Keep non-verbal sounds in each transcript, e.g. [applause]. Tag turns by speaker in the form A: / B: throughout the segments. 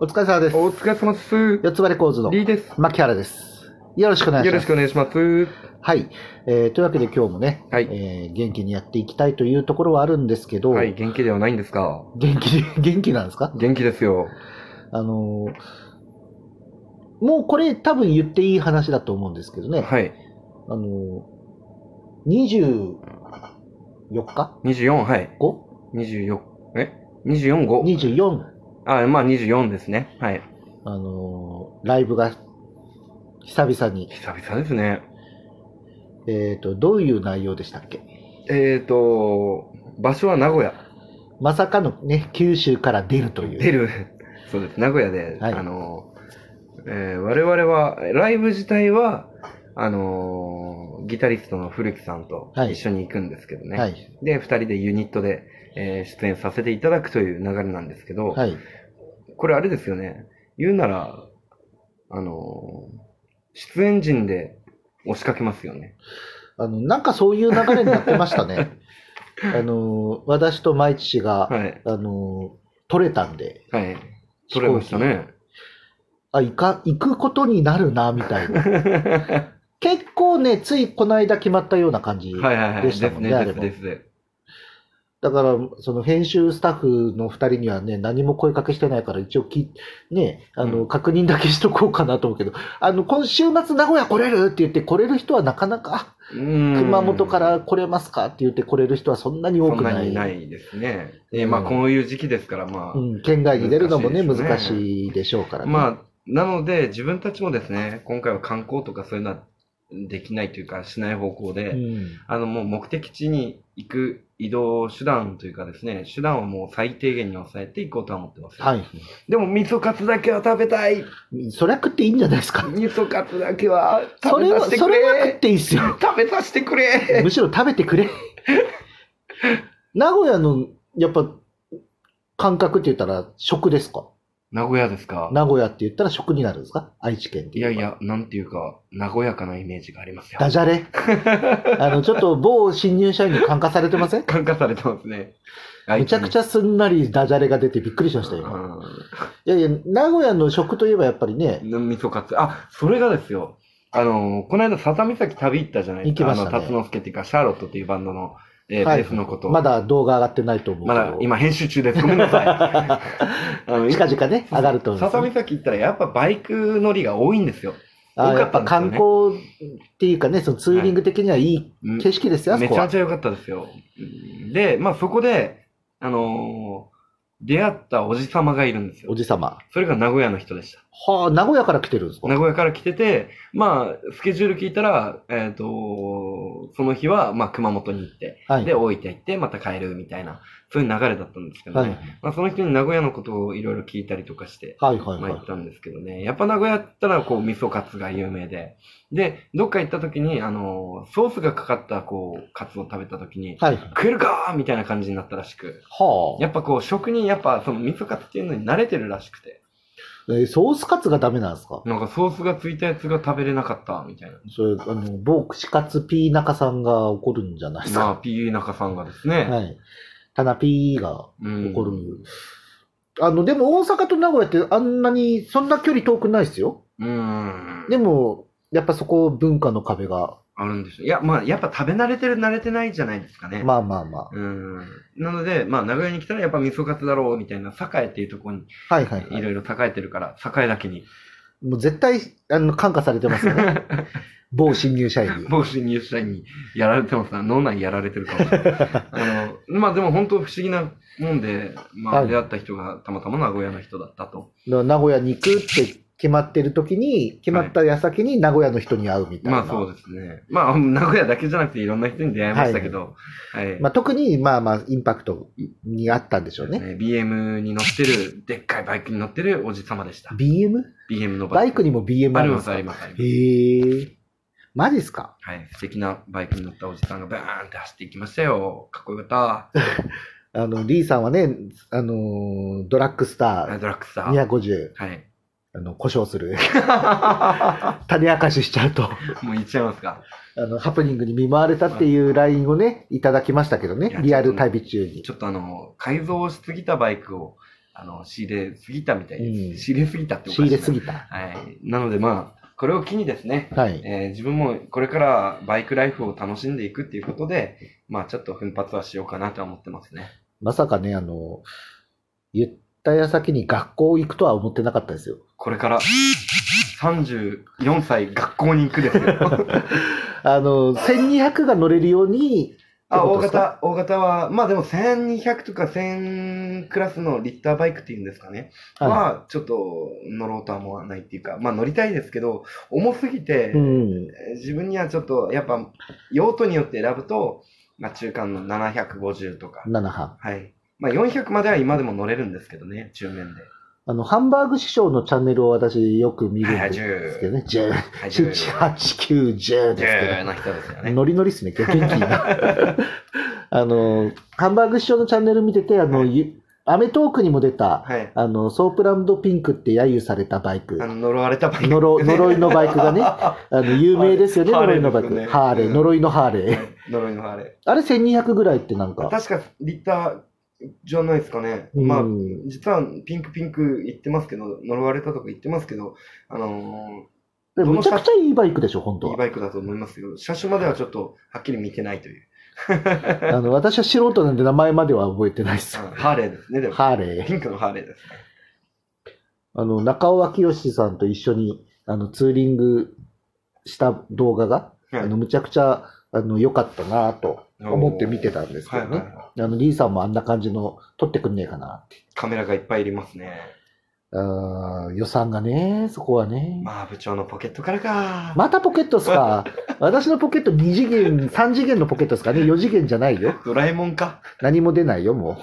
A: お疲れ様です。
B: お疲れ様です。
A: 四つ割れ構図の
B: D です。
A: 牧原です。よろしくお願いし
B: よ
A: ま
B: ろ
A: す
B: し。くお願いします。
A: はい、えーというわけで今日もね、
B: はい
A: えー元気にやっていきたいというところはあるんですけど、
B: はい、元気ではないんですか
A: 元気 [laughs] に、元気なんですか
B: 元気ですよ。
A: あのーもうこれ多分言っていい話だと思うんですけどね、
B: はい。
A: あのー、24日
B: 24、はい。
A: 5
B: 24、え ?24 号
A: ?24、
B: あ、まあ24ですね。はい。
A: あのーライブが久々に、
B: 久々ですね。
A: えっ、と、どういう内容でしたっけ
B: えーと、場所は名古屋。
A: まさかのね、九州から出るという。
B: 出る。 [laughs] そうです。名古屋で、
A: はい
B: あの、えー我々は、ライブ自体は、あのーギタリストの古木さんと
A: はい
B: 一緒に行くんですけどね。
A: はい。
B: で、二人でユニットで、えー出演させていただくという流れなんですけど、
A: はい。
B: これあれですよね。言うなら、あのー出演陣で押しかけますよね。
A: あの、なんかそういう流れになってました
B: [laughs]
A: ね。あの、私と舞父が、
B: はい。
A: あの、取れたんで、
B: はい。取れましたね。
A: あ、行か、行くことになるな、みたい
B: [laughs]
A: な。結構ね、ついこの間決まったような感じ。
B: はいはいは
A: で
B: い。で
A: し
B: す
A: た
B: ね。
A: もんねあれ
B: です
A: も
B: ですです。
A: だから、その編集スタッフの二人にはね、何も声かけしてないから、一応き、ね、あの、
B: うん
A: 確認だけしとこうかなと思うけど、あの、今週末名古屋来れるって言って、来れる人はなかなか、
B: うーん
A: 熊本から来れますかって言って来れる人はそんなに多
B: そ
A: く
B: ん
A: ない。
B: なにないですね。
A: うん
B: えーまあ、こういう時期ですから、まあ、
A: うん、県外に出るのもね、
B: 難しいですね
A: 難しいでしょうからね。
B: まあ、なので、自分たちもですね、今回は観光とかそういうのはできないというか、しない方向で、
A: うん
B: あの、もう目的地に行く移動手段というかですね、手段をもう最低限に抑えていこうとは思ってます。
A: はい。
B: でも、味噌カツだけは食べ
A: [laughs]
B: たい
A: そりゃ食っていいんじゃないですか。
B: 味噌カツだけは
A: そ
B: 食べ
A: れ
B: さ
A: は、
B: せて
A: そ
B: く
A: れは食っ
B: れ
A: ていいっす
B: [laughs]
A: よ。
B: 食べさせてくれ
A: むしろ食べてくれ。名古屋の、やっぱ、感覚って言ったら食ですか
B: 名古屋ですか
A: 名古屋って言ったら食になるんですか愛知県って
B: い
A: いうの
B: や。
A: はい
B: や、なんていうか、和やかなイメージがありますよ。
A: ダジャ
B: [laughs]
A: レあの、ちょっと某新入社員に感化されてませ
B: [laughs]
A: ん
B: 感化されてますね。
A: むちゃくち
B: ゃ。
A: ゃすんなりダジャレが出てびっくりしました
B: う
A: よ。
B: ん
A: いやいや、名古屋の食といえばやっぱりね、
B: 味噌カツ。あ、それがですよ。あのー、この間、佐田岬旅行ったじゃないですか。
A: 行きましたね
B: あの、辰之助っていうか、シャーロットっていうバンドの、えー
A: はい
B: ベースのこと。
A: まだ動画上がってないと思うけ
B: ま
A: ど。
B: だ、今編集中です。ごめんなさ
A: [laughs]
B: い。あの
A: 近々ね、上がると思いま
B: 佐
A: す
B: 田岬行ったら、やっぱバイク乗りが多いんですよ。
A: あーやっぱ
B: 多かった
A: 観
B: んです
A: 光っていうかね、そのツーリング的にはいい
B: うん
A: 景色ですよ、あそ
B: め
A: こ
B: ちゃ
A: は
B: め。ちゃ良かったですよ。で、まあそこで、あのー出会ったおじさまがいるんですよ
A: お。じさま。
B: それが名古屋の人でした。
A: はあ、名古屋から来てるんですか
B: 名古屋から来てて、まあ、スケジュール聞いたら、えっ、と、その日は、まあ、熊本に行って、
A: はい
B: で、。大分行って、また帰るみたいな、そういう流れだったんですけど
A: は
B: ね。
A: い。
B: まあ、その人に名古屋のことをいろいろ聞いたりとかして、
A: はいはい
B: ま
A: は
B: あ、行
A: い
B: っ。たんですけどね。やっぱ名古屋ったら、こう、味噌カツが有名で。で、どっか行った時に、あの、ソースがかかった、こう、カツを食べた時に、
A: はい。
B: 食えるかーみたいな感じになったらしく。
A: はあ
B: やっぱこう、職人、やっぱその味噌カツっていうのに慣れてるらしくて。
A: えー。ソースカツがダメなんですか
B: なんかソースがついたやつが食べれなかった、みたいな。
A: それ、あの、某串カツピー中さんが怒るんじゃないです
B: まあ、
A: か。
B: P 中さんがですね。
A: はい。田名ピーが
B: うん
A: 怒る。あの、でも大阪と名古屋ってあんなに、そんな距離遠くないですよ。
B: うん。
A: でも、やっぱそこ文化の壁が、
B: あるんでしょ。いや、まあ、やっぱ食べ慣れてる、慣れてないじゃないですかね。
A: まあまあま
B: うん。なので、まあ、名古屋に来たらやっぱ味噌カツだろう、みたいな、栄っていうところに、
A: あ。はいはいはい
B: いろいろ栄えてるから、栄だけに、
A: い。もう絶対、あの、感化されてますよね。
B: [laughs]
A: 某新入社員に。
B: 帽子入社員にやられてますな。脳内やられてるかもしれ
A: [laughs]
B: ない。あの、まあ、でも本当不思議なもんで、ま
A: は
B: あ、
A: い
B: 出会った人がたまたま名古屋の人だったと。
A: だから名古屋に行くって決まってる時に、決まった矢先に名古屋の人に会うみたいな。
B: まあ、そうですね。まあ、名古屋だけじゃなくていろんな人に出会いましたけど、はい。
A: まあ特に、まあまあ、インパクトにあったんでしょうね。
B: ね BM に乗ってる、でっかいバイクに乗ってるおじさまでした。
A: BM?
B: BM のバ
A: バ
B: イ
A: イクにも BM
B: ク。
A: あ
B: あり
A: るん
B: ま
A: です
B: す、
A: か
B: あ
A: へ
B: ります、あります。
A: え。マジっすか
B: はい、素敵なバイクに乗ったおじさんがバーンって走っていきましたよ。かっこよかっ
A: あの、リーさんはね、あのードラッグス
B: た。はい
A: タ
B: ドラッグスタ
A: ー
B: ー。
A: 250、 [laughs]
B: はい。
A: あの、故障する。 [laughs] 種明かししちゃ
B: [laughs]
A: うと、
B: もう行っちゃいますか。
A: あの、ハプニングに見舞われたっていうラインをね、いただきましたけど
B: い
A: ね
B: や、
A: リアル旅中に。
B: ちょっとあの、改造しすぎたバイクをあの、仕入れすぎたみたいです。
A: うん
B: 仕入れすぎたっておかしい
A: 仕
B: な
A: 入れすぎた。
B: はい。なのでまあ、これを機にですね、
A: はい。
B: えー自分もこれからバイクライフを楽しんでいくっていうことで、まあちょっと奮発はしようかなとは思ってますね。
A: まさかね、あの、言った矢先に学校行くとは思ってなかった
B: [laughs]
A: ですよ。
B: これから34歳学校に行くで
A: [laughs]
B: すよ。
A: あの、1200が乗れるように、
B: あ、
A: どう
B: 大
A: ですか
B: 型、大型は、まあでも1200とか1000クラスのリッターバイクっていうんですかね。
A: は
B: は、ちょっと乗ろうとは思わないっていうか、まあ乗りたいですけど、重すぎ
A: い。
B: て、
A: うん。
B: えー自分にはちょっと、やっぱ用途によって選ぶと、まあ中間の750とか、
A: 7波。
B: はい。まあ400までは今でも乗れるんですけどね、中面で。
A: あの、ハンバーグ師匠のチャンネルを私よく見るん
B: はい
A: ですけどね。10、
B: はい、
A: 7、
B: 10
A: 8、9、10ですけ
B: の人ですよ
A: ど。
B: ね。
A: ノリノリっすね、元気いい
B: [laughs]
A: なあの、ハンバーグ師匠のチャンネル見てて、あの、
B: は
A: ゆアメトークにも出た、
B: はい。
A: あの、ソープランドピンクって揶揄されたバイク。
B: あの呪われたバイク。
A: 呪
B: [laughs]
A: 呪いのバイクがね、あの有名ですよね、
B: ハー
A: 呪
B: レ
A: い
B: ー
A: のバイク。
B: ですね
A: ハーレー、
B: うん
A: 呪いのハーレー。
B: 呪いのあれ。
A: あれ1200ぐらいってなんか、
B: 確かリッターじゃないですかね。まあ
A: う、ん
B: 実はピンクピンク言ってますけど、呪われたとか言ってますけど、あの
A: でむちゃくちゃいいバイクでしょ、本
B: ー、
A: 当
B: いい
A: は。
B: バイクだと思いますよ。車種まではちょっとはっきり見てないという。
A: あの私は素人なんで名前までは覚えてない
B: [laughs]
A: です。
B: うんハーレーですね、でも。
A: ハーレー。
B: ピンクのハーレーです。
A: あの、中尾明義さんと一緒にあのツーリングした動画が、
B: はい
A: あのむちゃくちゃあの良かったなと思って見てたんですけ
B: は
A: ど
B: い
A: ね。
B: はいはい。
A: あの、リーさんもあんな感じの撮ってくんねえかなって。
B: カメラがいっぱいいりますね。
A: あー予算がね、そこはね。
B: まあ、部長のポケットからか。
A: またポケットっす
B: [laughs]
A: か私のポケット2次元、3次元のポケットですかね ?4 次元じゃないよ。
B: ドラえもんか。
A: 何も出ないよ、もう。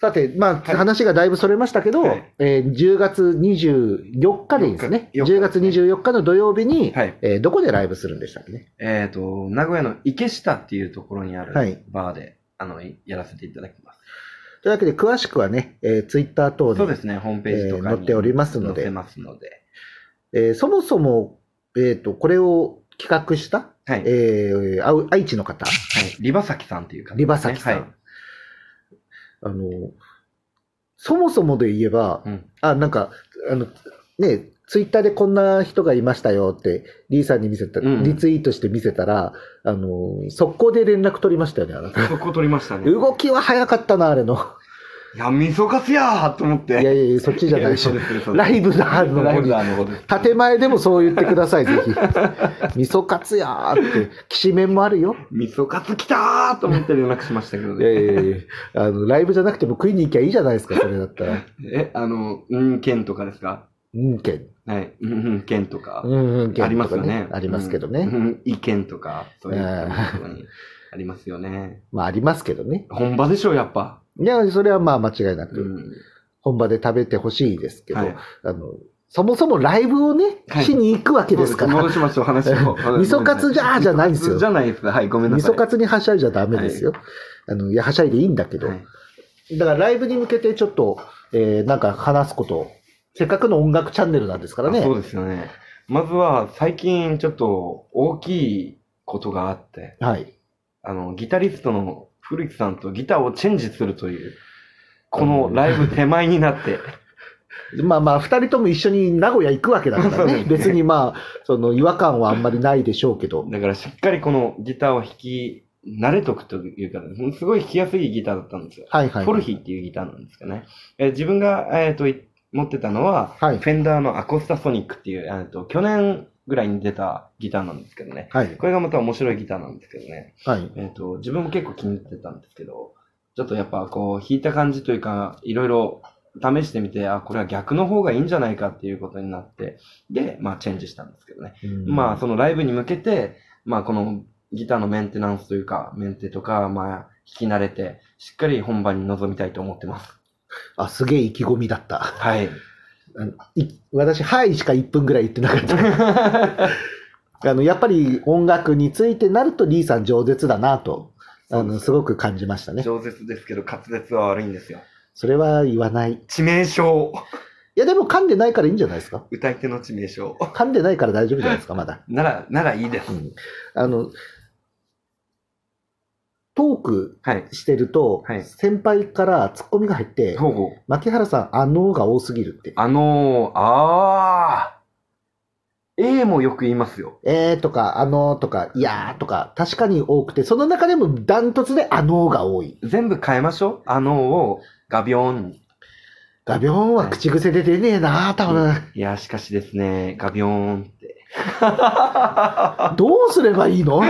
A: さて、まあ、
B: はい
A: 話がだいぶそれましたけど、
B: はい
A: えー10月24日でいいですね。
B: 4日
A: 10月24日の土曜日に、
B: はい。
A: えーどこでライブするんでしたっけね。
B: えっ、と、名古屋の池下っていうところにある
A: はい
B: バーで、あの、いやらせていただきます。
A: というわけで、詳しくはね、えツイッター Twitter 等
B: そう
A: に
B: ですね、ホームページとか
A: えー
B: に
A: 載っておりますので
B: 載せますので。
A: えーそもそも、えっ、と、これを企画した、
B: はい。はい。
A: えーあう愛知の方、
B: リバサキさんっていう方、
A: リバサキさん。
B: はい。
A: あの、そもそもで言えば、
B: うん
A: あ、なんか、あの、ね、ツイッターでこんな人がいましたよって、リーさんに見せた、
B: うん
A: リツイートして見せたら、あの、速攻で連絡取りましたよね、あなた。
B: [laughs] そこ取りましたね。
A: 動きは早かったな、あれの。
B: いや、みそかすやーと思っ
A: い
B: て。
A: やいやいや、そっちじゃないでし
B: そ
A: ょ
B: う。ですそうです
A: ライブだ、あの
B: ライ
A: 方
B: ブ
A: に。
B: だあの方です。
A: 建前でもそう言ってください、
B: [laughs]
A: ぜひ。味噌カツやーって、きしめんもあるよ。
B: みそかつ来たーと思って連絡しましたけ
A: い
B: ど
A: や
B: ね。
A: いやいやあの、ライブじゃなくても食いに行きゃいいじゃないですか、それだったら。
B: え、あの、うん、県とかですか
A: うんけん。
B: はい。うん、うん、県とか。
A: うんうんけん
B: ありま
A: と
B: す
A: か
B: よね
A: ね。。ありますけどね。
B: うん。うん意見とか、そういう
A: うん
B: ところにありますよね。
A: まあありますけどね。
B: 本場でしょ、やっぱ。
A: いや、それはまあ間違いなく、
B: うん。
A: 本場で食べてほしいですけど、
B: はい
A: あの、そもそもライブをね、
B: はい
A: しに行くわけですから、
B: 戻しましょう、話を。
A: [laughs] 味噌カツじゃーじゃないんですよ
B: じゃないです。はい、ごめんな
A: 味
B: さ
A: 噌
B: い。
A: カツにはしゃいじゃダメですよ。あの、いや、はしゃいでいいんだけど、
B: はい
A: だからライブに向けてちょっと、えーなんか話すこと、せっかくの音楽チャンネルなんですから
B: あそう
A: ね。
B: ですよね。まずは、最近ちょっと大きいことがあって、
A: はい。
B: あの、ギタリストの古木さんとギターをチェンジするという、このライブ手前になって、
A: まあまあ、二人とも一緒に名古屋行くわけだか
B: [laughs] そ
A: ら
B: うで
A: ね。
B: すね
A: 別にまあ、その違和感はあんまりないでしょうけど。
B: だからしっかりこのギターを弾き慣れとくというか、すごい弾きやすいギターだったんですよ。
A: はいはい。
B: フォルヒっていうギターなんですかね。えー自分が、えー、とい持ってたのは、
A: はい
B: フェンダーのアコースタソニックっていう、えーと、去年ぐらいに出たギターなんですけどね。
A: はい。
B: これがまた面白いギターなんですけどね。
A: はい。
B: えー、と自分も結構気に入ってたんですけど、ちょっとやっぱこう弾いた感じというか、いろいろ試してみて、あ、これは逆の方がいいんじゃないかっていうことになって、で、まあチェンジしたんですけどね。まあ、そのライブに向けて、まあ、このギターのメンテナンスというか、メンテとか、まあ、弾き慣れて、しっかり本番に臨みたいと思ってます。
A: あ、すげえ意気込みだった。
B: はい。
A: あのい私、はいしか1分ぐらい言ってなか
B: [laughs]
A: った。あのやっぱり音楽についてなると、リーさん、饒舌だなとあの、すごく感じましたね。
B: 饒舌ですけど、滑舌は悪いんですよ。
A: それは言わない。い
B: 致命傷。
A: や、でも噛んでないからいいんじゃないですか。
B: 歌い手の致命傷。
A: 噛んでないから大丈夫じゃないですか、まだ。
B: なら、ならいいです
A: う。ん、あのトーク
B: はい。
A: してると、
B: はい
A: 先輩からツッコミが入って、
B: ほうほう。
A: 牧原さん、あのーが多すぎるって。
B: あのー、あー。A もよく言いますよ。
A: えーとか、あのーとか、いやーとか、確かに多くて、その中でもダントツであのーが多い。
B: 全部変えましょう。あのーをガビョーンに。
A: ガビョーンは口癖で出ねえなー、多分。
B: いや、しかしですね、ガビョーン [laughs] って。
A: どうすればいいの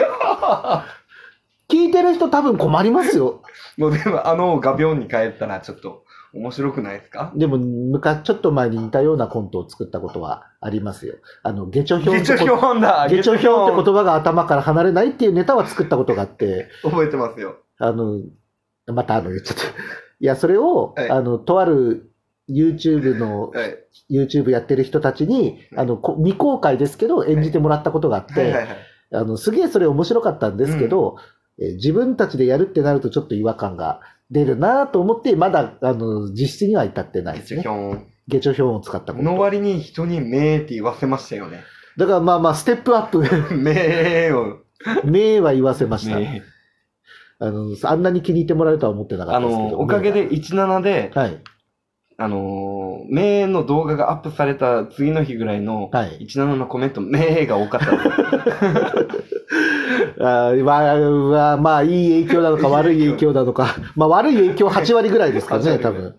A: 聞いてる人多分困りますよ。
B: もう全部あのーをガビョーンに変えたらちょっと面白くないですか
A: でも、昔、ちょっと前に似たようなコントを作ったことはありますよ。あの、下著表
B: ゲ
A: って
B: チョ
A: こ
B: ヒョンだ
A: 下著表って
B: と
A: 言葉が頭から離れないっていうネタは作ったことがあって、
B: 覚えてますよ。
A: あの、またあの、言っちゃった。いや、それを、
B: はい
A: あの、とある YouTube の、
B: はい。
A: YouTube やってる人たちに、あの、こ未公開ですけど、演じてもらったことがあって、
B: はいはいはい。
A: あの、すげえそれ面白かったんですけど、えー自分たちでやるってなるとちょっと違和感が出るなと思って、まだ、あの、実質には至ってない
B: ゲ
A: です
B: チョ
A: ね
B: ヒ。ョン。
A: 下著表を使ったこと
B: の。割に人にめーって言わせました [laughs] よね。
A: だからまあまあ、ステップアッ
B: [laughs]
A: プ、
B: めーを。
A: 名は言わせました。
B: めー
A: あの、あんなに気に入ってもらえるとは思ってなか
B: あ
A: ったですけど。
B: の、おかげで17で、
A: 名は。はい。
B: あのー、名の動画がアップされた次の日ぐらいの、
A: はい。
B: 17のコメント、名が多かったです。
A: あーまあ、まあ、まあ、いい影響なのか悪い影響なのか。まあ、悪い影響8割ぐらいですからね、
B: 8割ぐ
A: 多
B: らい
A: 分。い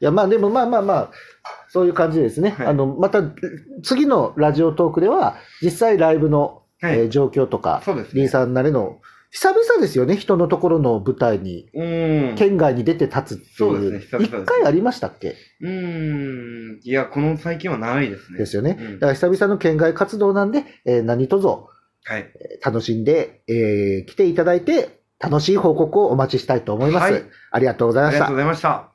A: や、まあ、でもまあまあまあ、そういう感じですね。
B: はい
A: あの、また、次のラジオトークでは、実際ライブの、
B: はい
A: えー状況とか、
B: そうですね
A: D さんなりの、久々ですよね、人のところの舞台に、
B: うーん。
A: 県外に出て立つって
B: そう
A: い
B: で
A: う。
B: すね久々です
A: 一回ありましたっけ
B: うーん。いや、この最近はないですね。
A: ですよね。
B: うん
A: だから久々の県外活動なんで、えー何卒
B: はい。
A: 楽しんで、えー来ていただいて、楽しい報告をお待ちしたいと思います。
B: はい
A: ありがとうござい
B: あ
A: ま
B: り
A: し
B: が
A: た
B: とうご。ざいました。